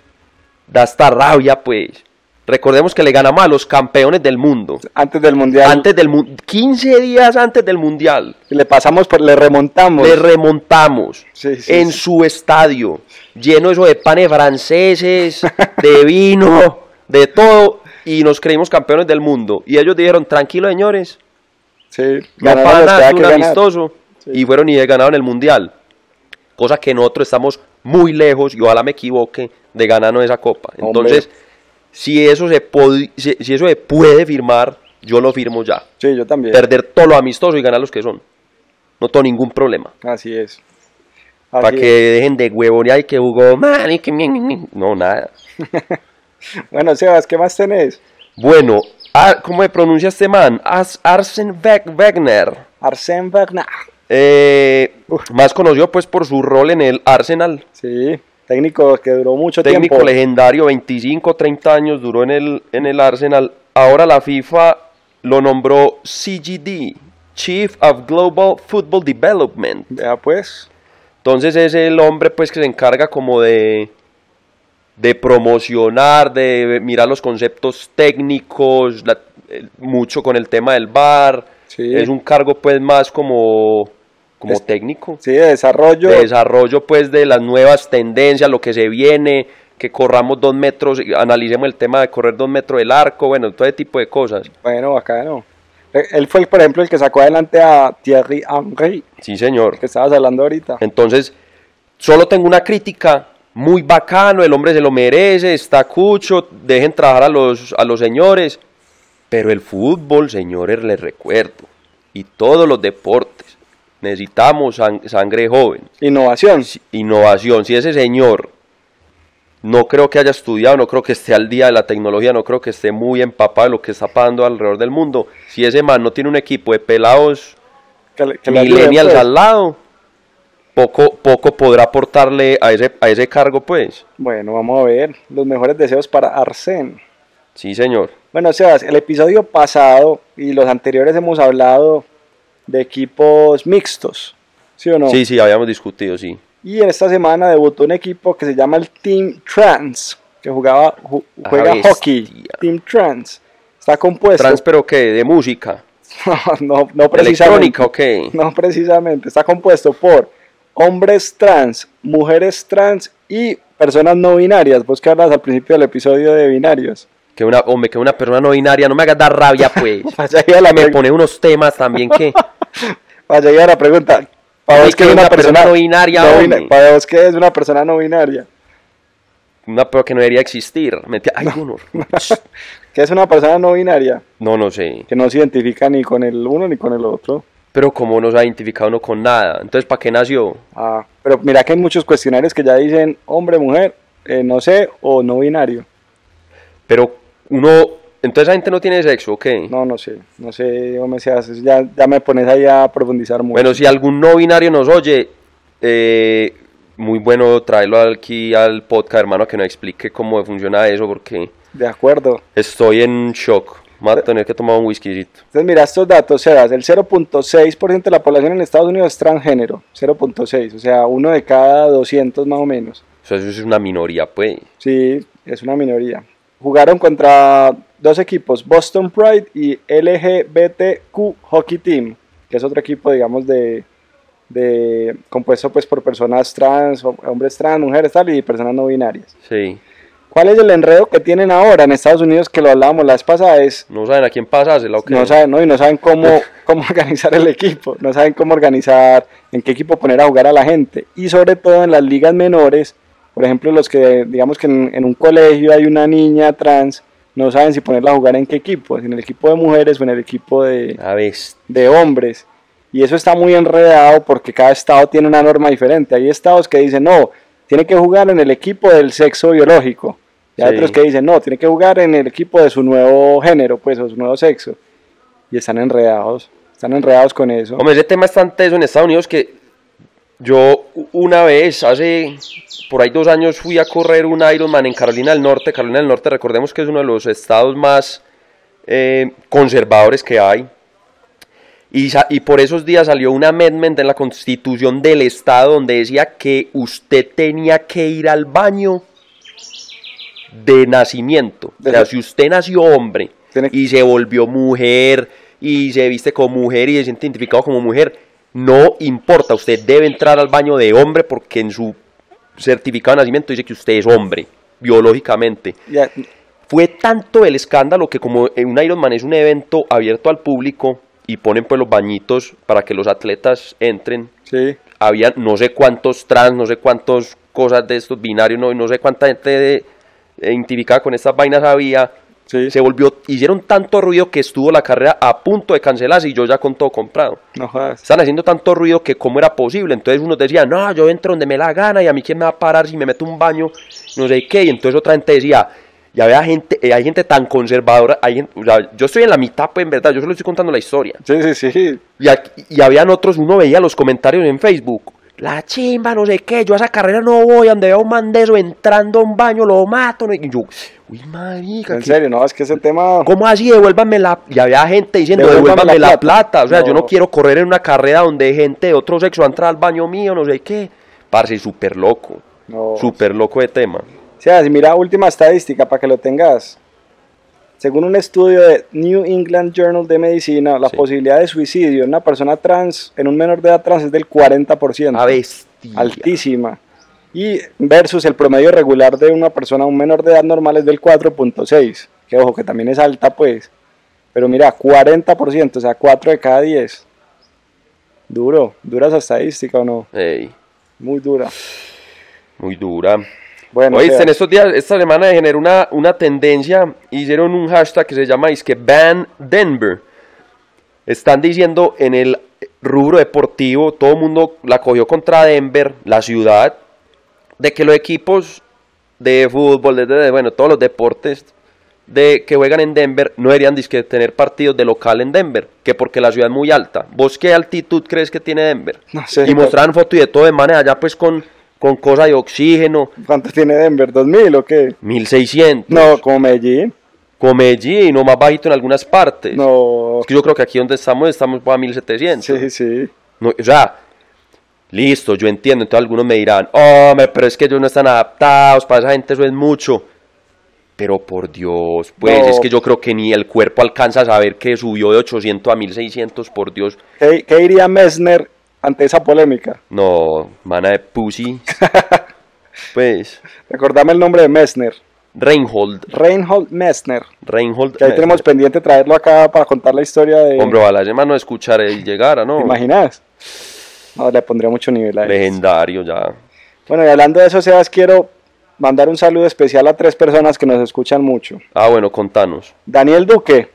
da hasta rabia, pues. Recordemos que le ganamos a los campeones del mundo.
Antes del mundial.
Antes del mu- 15 días antes del mundial.
Le pasamos, por, le remontamos.
Le remontamos
Sí, sí,
en
sí.
su estadio, lleno eso de panes franceses, de vino, de todo, y nos creímos campeones del mundo. Y ellos dijeron, tranquilo señores,
Sí,
no
ganaron
para
los que
nada,
había
es un
que ganar.
amistoso.
Sí.
Y fueron y ganaron el mundial. Cosa que nosotros estamos muy lejos, y ojalá me equivoque, de ganarnos esa copa.
Hombre.
Entonces, si eso, se pod- si, si eso se puede firmar, yo lo firmo ya.
Sí, yo también.
Perder todo lo amistoso y ganar los que son. No tengo ningún problema.
Así es.
Para
Así
que dejen de huevonear y que jugó mal y que... mi, mi, mi. No, nada.
es. Bueno, Sebas, ¿qué más tenés?
Bueno, Ar- ¿cómo se pronuncia este man? As Arsen Weg- Wegner.
Arsène Wagner.
Eh, más conocido pues por su rol en el Arsenal.
Sí, técnico que duró mucho
Técnico
tiempo.
legendario, 25, 30 años duró en el, en el Arsenal. Ahora la FIFA lo nombró CGD, Chief of Global Football Development.
Vea pues.
Entonces es el hombre pues que se encarga como de de promocionar, de mirar los conceptos técnicos, la- eh, mucho con el tema del bar.
Sí.
Es un cargo pues más como como
Es-
técnico,
Sí, de desarrollo.
de desarrollo pues de las nuevas tendencias, lo que se viene, que corramos dos metros, y analicemos el tema de correr dos metros del arco, bueno, todo ese tipo de cosas.
Bueno, bacano. Eh, Él fue, por ejemplo, el que sacó adelante a Thierry Henry,
Sí, señor.
que estabas hablando ahorita.
Entonces, solo tengo una crítica. Muy bacano, el hombre se lo merece, está cucho, dejen trabajar a los, a los señores. Pero el fútbol, señores, les recuerdo, y todos los deportes, necesitamos sang- sangre joven,
Innovación.
si- innovación. Si ese señor no creo que haya estudiado, no creo que esté al día de la tecnología, no creo que esté muy empapado de lo que está pasando alrededor del mundo, si ese man no tiene un equipo de pelados
Que, le- que le ayude,
millennials
pues.
al lado, poco, poco podrá aportarle a ese, a ese cargo, pues.
Bueno, vamos a ver. Los mejores deseos para Arsène.
Sí, señor.
Bueno, Sebas, el episodio pasado y los anteriores hemos hablado de equipos mixtos, ¿sí o no?
Sí, sí, habíamos discutido, sí.
Y en esta semana debutó un equipo que se llama el Team Trans, que jugaba, ju- juega
Ah, bestia.
hockey. Team Trans. Está compuesto.
Trans, pero ¿qué? ¿De música?
no, no, no
¿De
precisamente.
electrónica o qué?
No precisamente. Está compuesto por hombres trans, mujeres trans y personas no binarias. Vos que hablas al principio del episodio de binarios.
Que una, hombre, que una persona no binaria, no me hagas dar rabia, pues.
Vaya ahí a la,
me
pregu-
pone unos temas también que...
vaya ahí a la pregunta. Para
Ay,
vos que
que
es una
una persona
persona
no binaria,
bina-
hombre.
Para vos que es una persona no binaria.
Una pero que no debería existir. Mete- Ay, uno.
¿Qué es una persona no binaria?
No, no sé.
Que no se identifica ni con el uno ni con el otro.
Pero como no se ha identificado uno con nada. Entonces, ¿para qué nació?
Ah, pero mira que hay muchos cuestionarios que ya dicen hombre, mujer, eh, no sé, o no binario.
Pero uno... Entonces, ¿la gente no tiene sexo o qué?
No, no sé, no sé, o me seas, ya, ya me pones ahí a profundizar mucho.
Bueno, si algún no binario nos oye, eh, muy bueno traerlo aquí al podcast, hermano, que nos explique cómo funciona eso, porque
De acuerdo.
estoy en shock. Voy a tener que tomar un whiskycito.
Entonces mira estos datos, Sebas, el 0.6% de la población en Estados Unidos es transgénero, 0.6, o sea, uno de cada 200 más o menos.
O sea, eso es una minoría, pues.
Sí, es una minoría. Jugaron contra dos equipos, Boston Pride y LGBTQ Hockey Team, que es otro equipo, digamos, de, de- compuesto pues por personas trans, hom- hombres trans, mujeres tal y personas no binarias.
Sí.
¿Cuál es el enredo que tienen ahora en Estados Unidos que lo hablábamos la vez pasada? Es
No saben a quién pasársela o qué.
no saben, ¿no? Y no saben cómo, cómo organizar el equipo, no saben cómo organizar, en qué equipo poner a jugar a la gente. Y sobre todo en las ligas menores, por ejemplo, los que, digamos que en, en un colegio hay una niña trans, no saben si ponerla a jugar en qué equipo, si en el equipo de mujeres o en el equipo de,
A ver,
de hombres. Y eso está muy enredado porque cada estado tiene una norma diferente. Hay estados que dicen, no, tiene que jugar en el equipo del sexo biológico. Y hay
Sí.
otros que dicen, no, tiene que jugar en el equipo de su nuevo género, pues, o su nuevo sexo. Y están enredados, están enredados con eso.
Hombre, ese tema es tan teso en Estados Unidos que yo u- una vez, hace por ahí dos años, fui a correr un Ironman en Carolina del Norte. Carolina del Norte, recordemos que es uno de los estados más eh, conservadores que hay. Y, sa- y por esos días salió una amendment en la constitución del estado donde decía que usted tenía que ir al baño de nacimiento. O sea,
Deje-
si usted nació hombre
Tiene-
y se volvió mujer y se viste como mujer y se siente identificado como mujer, no importa, usted debe entrar al baño de hombre porque en su certificado de nacimiento dice que usted es hombre, biológicamente.
Ya,
Fue tanto el escándalo que como un Ironman es un evento abierto al público y ponen pues los bañitos para que los atletas entren,
sí,
había no sé cuántos trans, no sé cuántos cosas de estos binarios, no, no sé cuánta gente de- eh, identificada con estas vainas había.
sí.
Se volvió, hicieron tanto ruido que estuvo la carrera a punto de cancelarse y yo ya con todo comprado.
No jodas.
Están haciendo tanto ruido que cómo era posible. Entonces unos decían, no, yo entro donde me la gana y a mí quién me va a parar si me meto un baño, no sé qué. Y entonces otra gente decía, ya vea gente, eh, hay gente tan conservadora, hay gente- o sea, yo estoy en la mitad, pues en verdad, yo solo estoy contando la historia.
Sí, sí, sí.
Y, aquí- y habían otros, uno veía los comentarios en Facebook. La chimba, no sé qué, yo a esa carrera no voy, donde veo un man de eso entrando a un baño, lo mato. no- Y yo, uy, marica,
En
qué-
serio, no, es que ese tema.
¿Cómo así? Devuélvanme la... Y había gente diciendo, devuélvanme, la, plata. O sea, yo no
No.
quiero correr en una carrera donde gente de otro sexo va a entrar al baño mío, no sé qué. Parce, súper loco.
No.
Súper loco de tema.
O sea, si mira, última estadística para que lo tengas. Según un estudio de New England Journal de Medicina, la
Sí.
posibilidad de suicidio en una persona trans, en un menor de edad trans, es del 40%.
Una bestia.
altísima. Y versus el promedio regular de una persona, un menor de edad normal es del 4.6, que ojo, que también es alta pues. Pero mira, 40%, o sea, 4 de cada 10. Duro, dura esa estadística o no,
Ey,
muy dura.
muy dura.
Bueno,
Oíste,
o sea,
en estos días, esta semana generó una, una tendencia, hicieron un hashtag que se llama es que Ban Denver. Están diciendo en el rubro deportivo, todo el mundo la cogió contra Denver, la ciudad, de que los equipos de fútbol, de, de- bueno, todos los deportes de, que juegan en Denver no deberían disque tener partidos de local en Denver, que porque la ciudad es muy alta. ¿Vos qué altitud crees que tiene Denver?
No sé,
y mostraron fotos y de todo de manera allá pues con, con cosas de oxígeno,
¿cuánto tiene Denver? ¿2000 o qué?
1600.
No, como Medellín.
Con Medellín o más bajito en algunas partes.
No,
Es que yo creo que aquí donde estamos estamos a 1700.
sí, sí.
No, o sea, listo, yo entiendo. Entonces algunos me dirán, hombre, pero es que ellos no están adaptados, para esa gente eso es mucho. Pero por Dios, pues
No.
es que yo creo que ni el cuerpo alcanza a saber que subió de 800 a 1600, por Dios.
¿Qué, qué diría Messner ante esa polémica?
No, mana de pussy. pues,
Recordame el nombre de Messner,
Reinhold.
Reinhold Messner.
Reinhold. eh,
Que ahí tenemos pendiente traerlo acá para contar la historia de.
Hombre, ojalá ese man no escuchara y llegara, ¿no?
¿Te imaginas? No, le pondría mucho nivel a él.
Legendario ya.
Bueno, y hablando de eso, Sebas, quiero mandar un saludo especial a tres personas que nos escuchan mucho.
Ah, bueno, contanos.
Daniel Duque,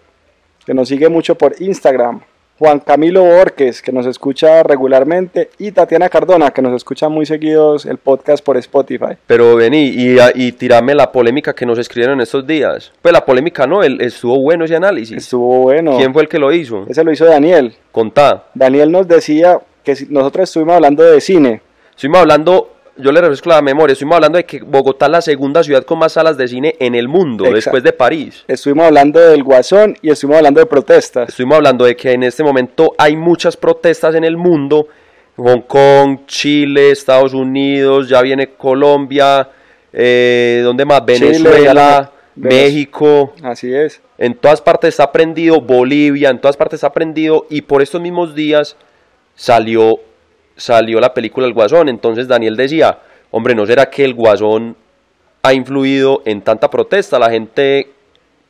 que nos sigue mucho por Instagram. Juan Camilo Borges, que nos escucha regularmente. Y Tatiana Cardona, que nos escucha muy seguidos el podcast por Spotify.
Pero vení y, y tirame la polémica que nos escribieron estos días. Pues la polémica no, el, estuvo bueno ese análisis.
Estuvo bueno.
¿Quién fue el que lo hizo?
Ese lo hizo Daniel.
Contá.
Daniel nos decía que si- nosotros estuvimos hablando de cine.
Estuvimos hablando, yo le refresco la memoria, estuvimos hablando de que Bogotá es la segunda ciudad con más salas de cine en el mundo,
Exacto.
después de París.
Estuvimos hablando del Guasón y estuvimos hablando de protestas.
Estuvimos hablando de que en este momento hay muchas protestas en el mundo. Hong Kong, Chile, Estados Unidos, ya viene Colombia, eh, ¿dónde más?
Chile,
Venezuela,
Vene-
México.
Así es.
En todas partes está prendido, Bolivia, en todas partes está prendido y por estos mismos días salió, salió la película El Guasón. Entonces Daniel decía, hombre, ¿no será que El Guasón ha influido en tanta protesta? La gente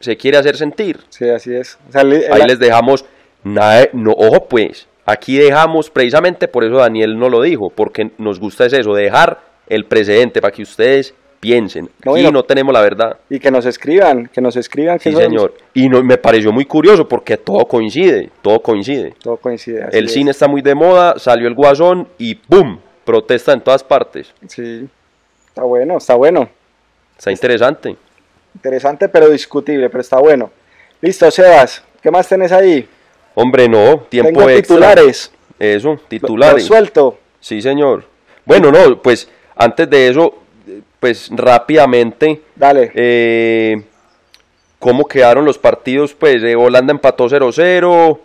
se quiere hacer sentir.
Sí, así es. O sea, el- el-
Ahí les dejamos, nada, no, ojo pues, aquí dejamos precisamente, por eso Daniel no lo dijo, porque nos gusta es eso, dejar el precedente para que ustedes piensen.
No,
Aquí
y no-
no tenemos la verdad.
Y que nos escriban, que nos escriban. Que
Sí,
eso-
señor. Y no, me pareció muy curioso porque todo coincide, todo coincide.
Todo coincide. así
el
es.
cine está muy de moda, salió el guasón y ¡boom! Protesta en todas partes.
Sí. Está bueno, está bueno.
Está interesante.
Interesante, pero discutible, pero está bueno. Listo, Sebas. ¿Qué más tenés ahí?
Hombre, no, tiempo
Tengo
extra.
titulares.
Eso,
Lo-
titulares.
lo suelto.
Sí, señor. Bueno, no, pues antes de eso, eh, pues rápidamente,
Dale.
eh, ¿cómo quedaron los partidos? Pues eh, Holanda empató 0-0,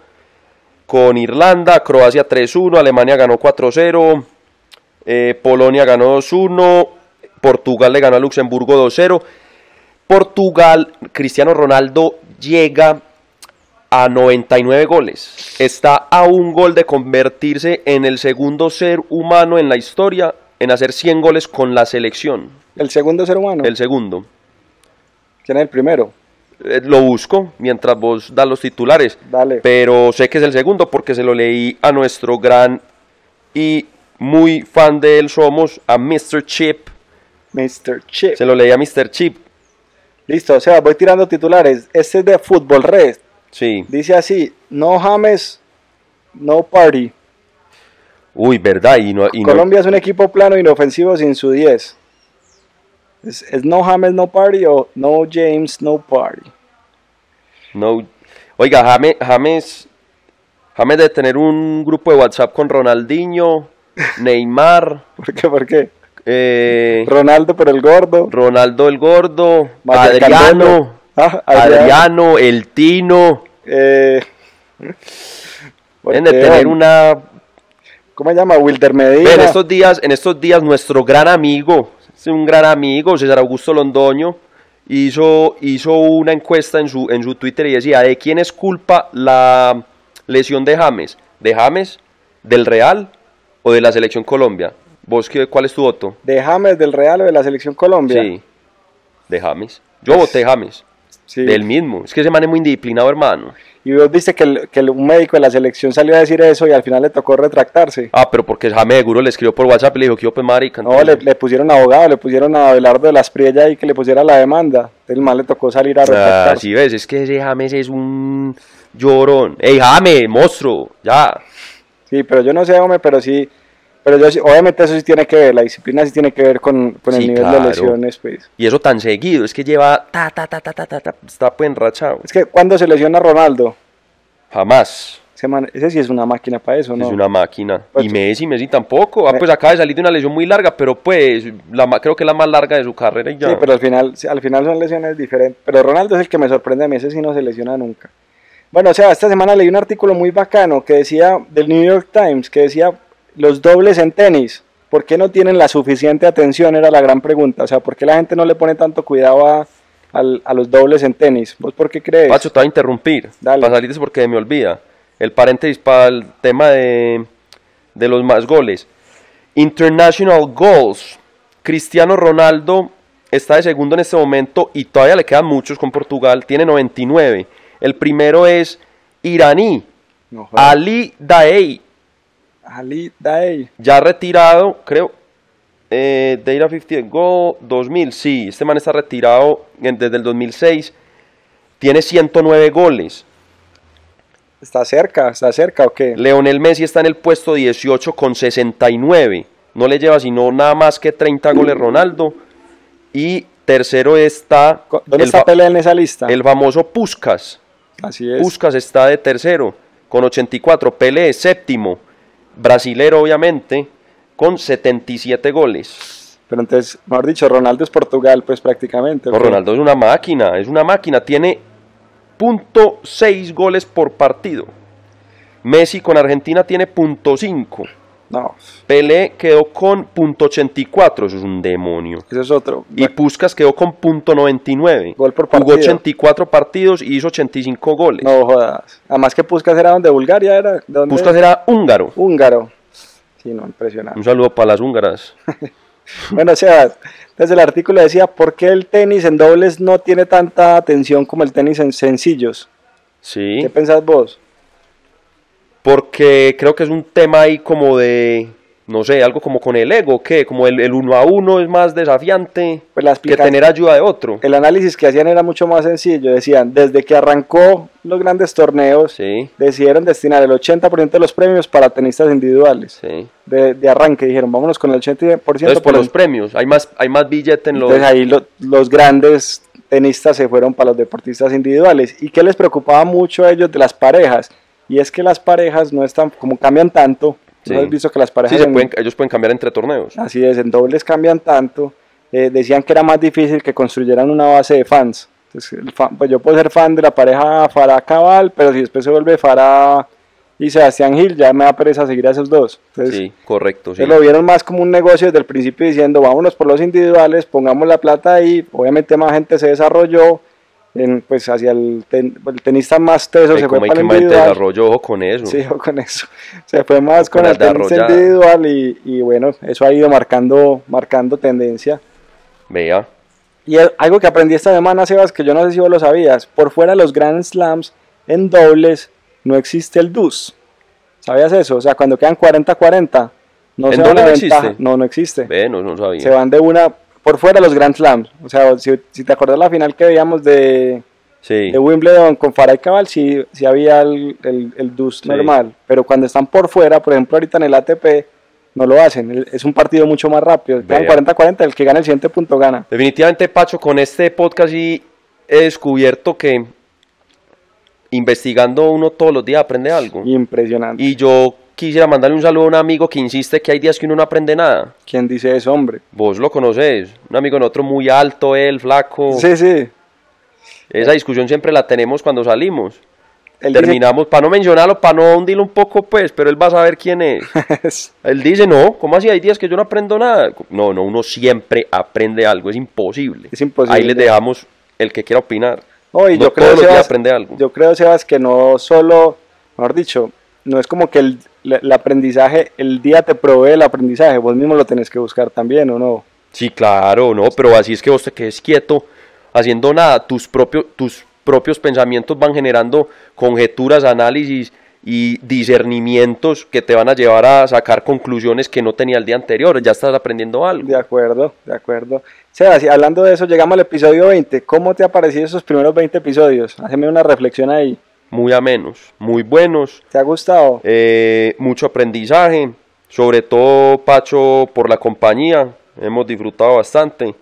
con Irlanda, Croacia 3-1, Alemania ganó 4-0, eh, Polonia ganó 2-1, Portugal le ganó a Luxemburgo 2-0. Portugal, Cristiano Ronaldo llega a 99 goles. Está a un gol de convertirse en el segundo ser humano en la historia en hacer 100 goles con la selección.
El segundo ser humano.
El segundo.
¿Quién es el primero?
Eh, Lo busco mientras vos das los titulares.
Dale.
Pero sé que es el segundo porque se lo leí a nuestro gran y muy fan de él somos, a Mr. Chip.
Mr. Chip.
Se lo leí a Mr. Chip.
Listo, o sea, voy tirando titulares. Este es de Fútbol Red.
Sí.
Dice así, no James, no party.
Uy, verdad. Y no, y no-
Colombia es un equipo plano inofensivo sin su 10. ¿Es, es no James, no party o no James, no party?
no- Oiga, Jame- James, James de tener un grupo de WhatsApp con Ronaldinho, Neymar,
¿Por qué? ¿Por qué?
eh,
Ronaldo, pero el gordo.
Ronaldo el Gordo,
Mayer Candelo.
Adriano,
Ah,
Adriano, el Tino.
Eh,
Deben de
porque,
tener
um,
una
¿Cómo se llama? Wilder Medina.
Ve, en estos días, en estos días nuestro gran amigo, es un gran amigo, César Augusto Londoño, hizo, hizo una encuesta en su, en su Twitter y decía, ¿de quién es culpa la lesión de James? ¿De James? ¿Del Real? ¿O de la Selección Colombia? ¿Vos qué- cuál es tu voto?
De James, del Real o de la Selección Colombia. Pues,
Sí, de James. Yo voté James,
Sí.
del mismo. Es que ese man es muy indisciplinado, hermano.
Y vos dice que, el- que el- un médico de la selección salió a decir eso y al final le tocó retractarse.
Ah, pero porque James seguro le escribió por WhatsApp y le dijo que yo pues marica.
No, le,
entonces-
le pusieron abogado, le pusieron a Abelardo de las Priella y que le pusiera la demanda. El mal le tocó salir a
Ah,
retractarse.
sí ves, es que ese James es un llorón. ¡Ey, James, monstruo! Ya.
Sí, pero yo no sé, hombre, pero sí. Pero yo sí- obviamente eso sí tiene que ver, la disciplina sí tiene que ver con, con el
Sí,
nivel de
claro.
lesiones, pues.
Y eso tan seguido, es que lleva ta, ta, ta, ta, ta, ta, ta, está pues enrachado.
Es que cuando se lesiona Ronaldo,
Jamás.
ese, man- ese sí es una máquina para eso, ¿no?
Es una máquina.
Pues-
y Messi, Messi tampoco. Ah,
Me-
pues acaba de salir de una lesión muy larga, pero pues la, ma- creo que es la más larga de su carrera y ya.
Sí, pero al final, sí, al final son lesiones diferentes. Pero Ronaldo es el que me sorprende a mí, ese sí no se lesiona nunca. Bueno, o sea, esta semana leí un artículo muy bacano que decía, del New York Times, que decía, los dobles en tenis, ¿por qué no tienen la suficiente atención? Era la gran pregunta. O sea, ¿por qué la gente no le pone tanto cuidado a, al- a los dobles en tenis? ¿Vos por qué crees?
Pacho, te voy a interrumpir.
Dale.
Para salir de eso porque me olvida. El paréntesis para el tema de, de los más goles. International Goals. Cristiano Ronaldo está de segundo en este momento y todavía le quedan muchos con Portugal. Tiene 99. El primero es iraní,
No, joder.
Ali Daei,
Ali Daei.
ya retirado, creo. Eh, Data 50 Go 2000, sí, este man está retirado en- desde el 2006. Tiene 109 goles.
¿Está cerca? ¿Está cerca o qué?
Leonel Messi está en el puesto 18 con 69. No le lleva sino nada más que 30 goles Ronaldo. Y tercero está
Co- ¿Dónde
el,
está
fa-
Pelé en esa lista?
el famoso Puskas.
Así es.
Puskas está de tercero con 84. Pelé es séptimo. Brasilero obviamente con 77 goles.
Pero entonces, mejor dicho, Ronaldo es Portugal, pues prácticamente.
No,
¿ok?
Ronaldo es una máquina, es una máquina. Tiene .6 goles por partido. Messi con Argentina tiene .5.
No,
Pelé quedó con .84, eso es un demonio.
eso es otro.
Y Puskas quedó con .99.
Gol por
Jugó
partido.
84 partidos y hizo 85 goles.
No jodas. Además que Puskas era donde Bulgaria era. ¿de dónde?
Puskas era húngaro.
Húngaro. Sí, no,
Un
impresionante.
saludo para las húngaras.
Bueno, o sea, desde el artículo decía, ¿por qué el tenis en dobles no tiene tanta atención como el tenis en sencillos?
Sí,
¿Qué pensás vos?
porque creo que es un tema ahí como de, no sé, algo como con el ego, que como el, el uno a uno es más desafiante
Pues la
que
explica-
tener ayuda de otro.
El análisis que hacían era mucho más sencillo. Decían, desde que arrancó los grandes torneos,
Sí,
decidieron destinar el 80% de los premios para tenistas individuales.
sí.
De, de arranque dijeron, vámonos con el 80%
Entonces por
para
los premios, hay más, hay más billete en los...
Entonces ahí lo- los grandes tenistas se fueron para los deportistas individuales. ¿Y qué les preocupaba mucho a ellos de las parejas? Y es que las parejas no están, como cambian tanto,
Sí.
¿no has visto que las
Sí,
parejas
se
en-
pueden- ellos pueden cambiar entre torneos.
así es, en dobles cambian tanto, eh, decían que era más difícil que construyeran una base de fans. Entonces, el fan- pues yo puedo ser fan de la pareja Farah Cabal, pero si después se vuelve Farah y Sebastián Gil, ya me da pereza seguir a esos dos. Entonces,
sí, correcto. Pues Sí.
se lo vieron más como un negocio desde el principio diciendo, vámonos por los individuales, pongamos la plata ahí, obviamente más gente se desarrolló, en, pues hacia el, ten- el tenista más teso
Ay,
se fue
como hay
para
que
el
más de
individual.
desarrollo, ojo con eso.
Sí, o con eso. Se fue más con,
Con la
el tenista
desarrollada.
individual y, y bueno, eso ha ido marcando, marcando tendencia.
Vea,
Y el- algo que aprendí esta semana, Sebas, que yo no sé si vos lo sabías, por fuera de los Grand Slams en dobles no existe el DUS. ¿Sabías eso? O sea, cuando quedan 40-40, no
¿En
se van a
dobles no
ventaja.
existe?
No, no existe.
ve, no, no sabía.
Se van de una por fuera de los Grand Slams. O sea, si, si te acordás la final que veíamos de,
sí,
de Wimbledon con Farah y Cabal, sí, sí había el, el, el DUS
Sí.
normal. Pero cuando están por fuera, por ejemplo, ahorita en el ATP, no lo hacen. El- Es un partido mucho más rápido. Quedan
Vea.
40-40, el que gana el siguiente punto gana.
Definitivamente, Pacho, con este podcast sí he descubierto que investigando uno todos los días aprende algo.
Impresionante.
Y yo quisiera mandarle un saludo a un amigo que insiste que hay días que uno no aprende nada.
¿Quién dice eso, hombre?
Vos lo conoces, un amigo de nosotros muy alto, él, flaco.
Sí, sí.
Esa discusión siempre la tenemos cuando salimos.
Él
Terminamos, para no mencionarlo, para no hundirlo un poco, pues, pero él va a saber quién es.
dice-
Él dice, no, ¿cómo así? Hay días que yo no aprendo nada. No, no, uno siempre aprende algo, es imposible.
Es imposible.
Ahí les dejamos el que quiera opinar.
No, y
Uno
yo creo,
todos los días
Sebas,
aprende algo.
yo creo, Sebas, que no solo, mejor dicho, no es como que el, la- el aprendizaje, el día te provee el aprendizaje, vos mismo lo tenés que buscar también, ¿o no?
Sí, claro, no, pero así es que vos te quedes quieto haciendo nada, tus propios, tus propios pensamientos van generando conjeturas, análisis y discernimientos que te van a llevar a sacar conclusiones que no tenía el día anterior, ya estás aprendiendo algo.
De acuerdo, de acuerdo. Sebas, y hablando de eso, llegamos al episodio 20. ¿Cómo te ha parecido esos primeros 20 episodios? Haceme una reflexión ahí.
Muy amenos, muy buenos,
¿Te ha gustado?
eh, mucho aprendizaje, sobre todo Pacho por la compañía, hemos disfrutado bastante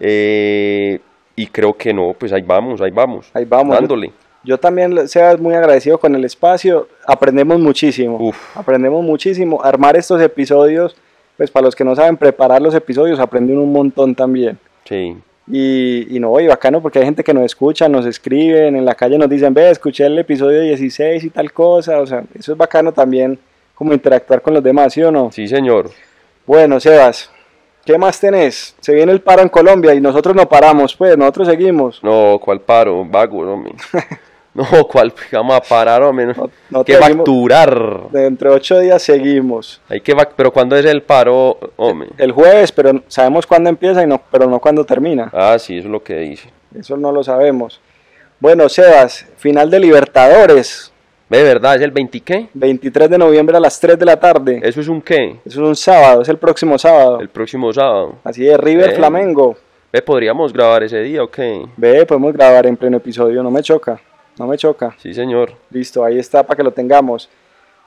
eh, y creo que no, pues ahí vamos, ahí vamos,
Ahí vamos.
dándole.
Yo también, Sebas, muy agradecido con el espacio. Aprendemos muchísimo.
Uf.
Aprendemos muchísimo. Armar estos episodios, pues para los que no saben preparar los episodios, aprenden un montón también.
Sí.
Y, y no, y bacano porque hay gente que nos escucha, nos escriben, en la calle nos dicen, ve, escuché el episodio 16 y tal cosa. O sea, eso es bacano también, como interactuar con los demás, ¿sí o no?
Sí, señor.
Bueno, Sebas, ¿qué más tenés? Se viene el paro en Colombia y nosotros no paramos, pues, nosotros seguimos.
No, ¿cuál paro? Vago, hombre. No, ¿cuál? Vamos a parar, hombre.
No- no
que
te dimos-
facturar.
Dentro de ocho días seguimos.
Hay que vac- Pero ¿cuándo es el paro, hombre?
El jueves, pero sabemos cuándo empieza y no, pero no cuándo termina.
Ah, sí, eso es lo que dice.
Eso no lo sabemos. Bueno, Sebas, final de Libertadores,
¿De verdad? ¿Es el 20 qué?
23 de noviembre a las 3 de la tarde.
¿Eso es un qué?
Eso es un sábado, es el próximo sábado.
El próximo sábado.
Así es, River
Eh.
Flamengo.
¿Ve, podríamos grabar ese día o qué?
Ve, podemos grabar en pleno episodio, no me choca, no me choca.
Sí, señor.
Listo, ahí está para que lo tengamos.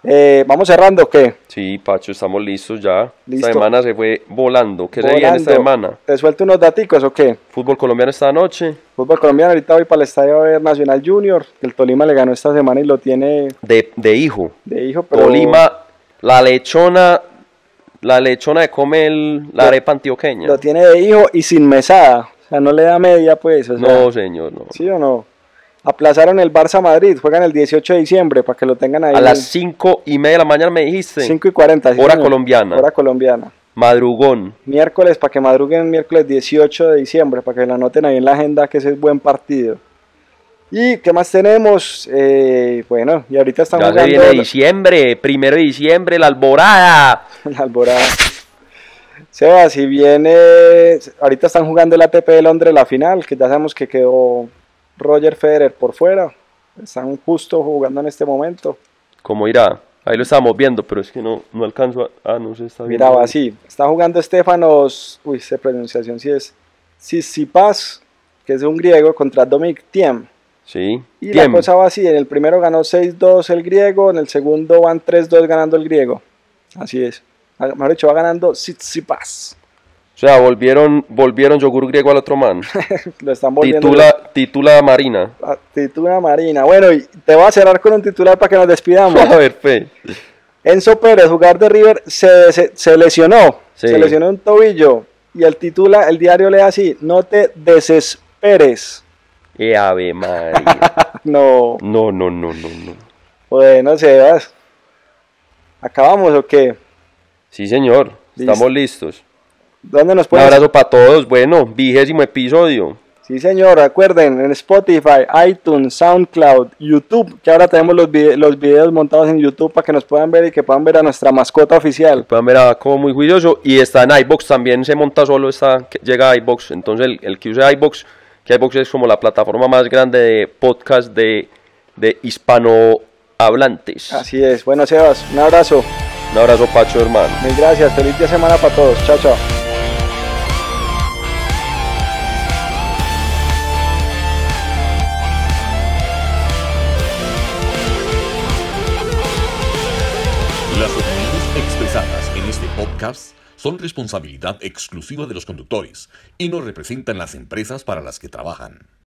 Eh, Vamos cerrando, o ¿qué?
Sí, Pacho, estamos listos ya.
Listo.
Esta semana se fue volando. ¿Qué se viene esta
Volando.
semana?
¿Te suelto unos daticos o qué?
Fútbol colombiano esta noche.
Fútbol colombiano, ahorita voy para el estadio a ver Nacional Junior. que El Tolima le ganó esta semana y lo tiene
De, de hijo.
de hijo, pero.
Tolima, la lechona, la lechona de come el- la
Lo-
arepa antioqueña.
Lo tiene de hijo y sin mesada. O sea, no le da media, pues. o sea,
No, señor, no.
¿Sí o no? Aplazaron el Barça Madrid. Juegan el 18 de diciembre para que lo tengan ahí.
A las cinco y media de la mañana me dijiste.
5 y 40.
Hora colombiana.
Hora colombiana.
Madrugón.
Miércoles, para que madruguen, miércoles 18 de diciembre, para que lo anoten ahí en la agenda, que ese es buen partido. ¿Y qué más tenemos? Eh, bueno, y ahorita están
Ya se
jugando
viene
la-
diciembre, primero de diciembre, la alborada.
la alborada. Seba, si viene, ahorita están jugando el ATP de Londres la final, que ya sabemos que quedó Roger Federer por fuera. Están justo jugando en este momento.
¿Cómo irá? Ahí lo estábamos viendo, pero es que no, no alcanzo a. Ah, no se está viendo.
Miraba así, está jugando Estefanos, uy, esa pronunciación sí es Tsitsipas, que es un griego, contra Dominic Thiem.
Sí.
Y
Tiem.
la cosa va así, en el primero ganó 6-2 el griego, en el segundo van 3-2 ganando el griego. Así es. Ah, Mejor dicho, va ganando Tsitsipas.
O sea, volvieron, volvieron yogur griego al otro man.
Lo están volviendo
titula, titula Marina.
a- titula Marina. Bueno, y te voy a cerrar con un titular para que nos despidamos.
A ver, fe.
Enzo Pérez, jugador de River, se, se- se lesionó.
Sí.
Se lesionó un tobillo. Y el titula, el diario lee así, no te desesperes.
Eh, ave María.
No.
No, no, no, no, no.
Bueno, Sebas, ¿Acabamos o qué?
Sí, señor.
Listo. Pues-
Estamos listos.
¿Dónde nos
Un
pueden
abrazo para todos. Bueno, vigésimo episodio.
Sí, señor, recuerden, en Spotify, iTunes, SoundCloud, YouTube, que ahora tenemos los, vide- los videos montados en YouTube para que nos puedan ver y que puedan ver a nuestra mascota oficial.
Pueden ver a como muy juicioso. Y está en iBox también. Se monta solo. Está, que- llega a iBox. Entonces, el, el que use iBox, que iBox es como la plataforma más grande de podcast de, de hispanohablantes.
Así es. Bueno, Sebas, un abrazo.
Un abrazo, Pacho, hermano.
Mil gracias. Feliz día de semana para todos. Chao, chao.
Las opiniones expresadas en este podcast son responsabilidad exclusiva de los conductores y no representan las empresas para las que trabajan.